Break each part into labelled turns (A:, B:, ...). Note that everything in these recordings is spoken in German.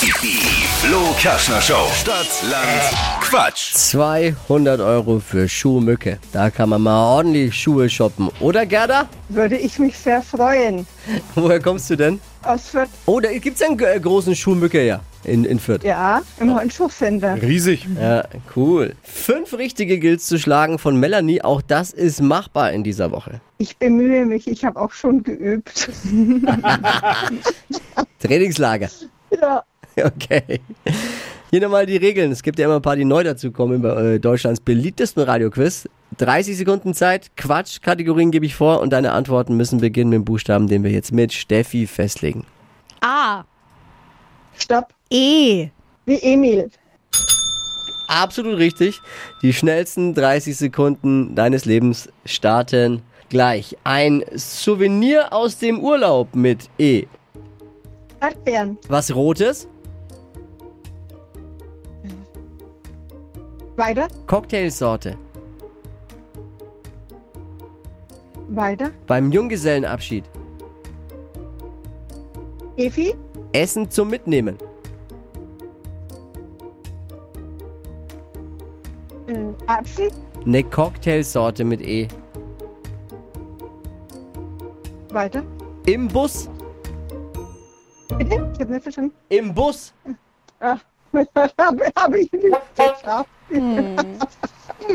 A: Die Flo Kaschner Show. Stadt, Land, Quatsch.
B: 200 Euro für Schuhmücke. Da kann man mal ordentlich Schuhe shoppen. Oder Gerda?
C: Würde ich mich sehr freuen.
B: Woher kommst du denn?
C: Aus Fürth,
B: Oh, da gibt's einen äh, großen Schuhmücke ja in, in Fürth.
C: ja, im Handschuhfinder.
D: Riesig.
B: Ja, cool. Fünf richtige Gills zu schlagen von Melanie, auch das ist machbar in dieser Woche.
C: Ich bemühe mich, ich habe auch schon geübt.
B: Trainingslager.
C: ja.
B: Okay. Hier nochmal die Regeln. Es gibt ja immer ein paar, die neu dazukommen über äh, Deutschlands beliebtesten Radioquiz. 30 Sekunden Zeit, Quatsch, Kategorien gebe ich vor und deine Antworten müssen beginnen mit dem Buchstaben, den wir jetzt mit Steffi festlegen.
E: A.
C: Stopp,
E: E.
C: wie Emil.
B: Absolut richtig. Die schnellsten 30 Sekunden deines Lebens starten gleich. Ein Souvenir aus dem Urlaub mit E.
C: Erdbeeren,
B: Was Rotes?
C: weiter,
B: Cocktailsorte.
C: weiter.
B: Beim Junggesellenabschied.
C: Evi,
B: Essen zum Mitnehmen.
C: äh, Apfel,
B: Eine Cocktailsorte mit E.
C: weiter.
B: Im Bus.
C: Bitte, ich habe nicht verstanden.
B: Im Bus.
C: Ah, habe hab ich nicht geschafft.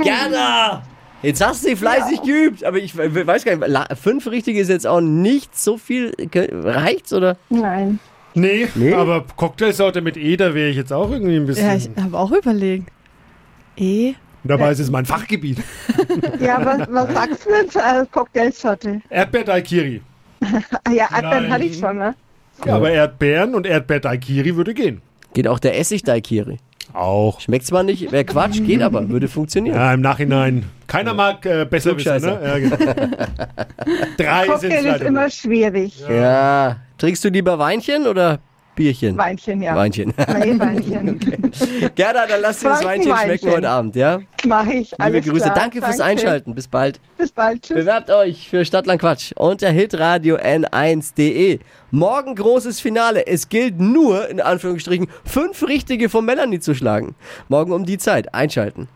B: Gerda! Jetzt hast du sie fleißig geübt, aber ich we- weiß gar nicht, la- fünf richtige ist jetzt auch nicht so viel. Ge- Reicht's oder?
C: Nein.
D: Nee, aber Cocktailsorte mit E, da wäre ich jetzt auch irgendwie ein bisschen.
E: Ja, ich habe auch überlegt. E.
D: Dabei ist es mein Fachgebiet.
C: Ja, was, was sagst du denn zur Cocktailsorte?
D: Erdbeer-Daikiri.
C: Ah, ja, Erdbeeren
D: Nein.
C: hatte ich schon, ne?
D: Ja, aber Erdbeeren und Erdbeer-Daikiri würde gehen.
B: Geht auch der Essig Daikiri.
D: Auch.
B: Schmeckt's zwar nicht, wäre Quatsch, geht aber, würde funktionieren.
D: Ja, im Nachhinein. Keiner mag äh, besser wissen, ne? Ja, genau. Drei sind es
C: Cocktail ist
D: leider.
C: immer schwierig.
B: Ja. Trinkst du lieber Weinchen oder Bierchen?
C: Weinchen, ja.
B: Weinchen.
C: Nee, Weinchen.
B: Gerda, dann lass dir das Weinchen schmecken
C: Frankenweinchen.
B: heute Abend, ja?
C: Mache ich.
B: Liebe
C: Alles
B: Grüße,
C: klar.
B: danke fürs Einschalten. Bis bald.
C: Bis bald. Tschüss.
B: Bewerbt euch für Stadtland Quatsch unter hitradio n1.de. Morgen großes Finale. Es gilt nur, in Anführungsstrichen, fünf richtige von Melanie zu schlagen. Morgen um die Zeit. Einschalten.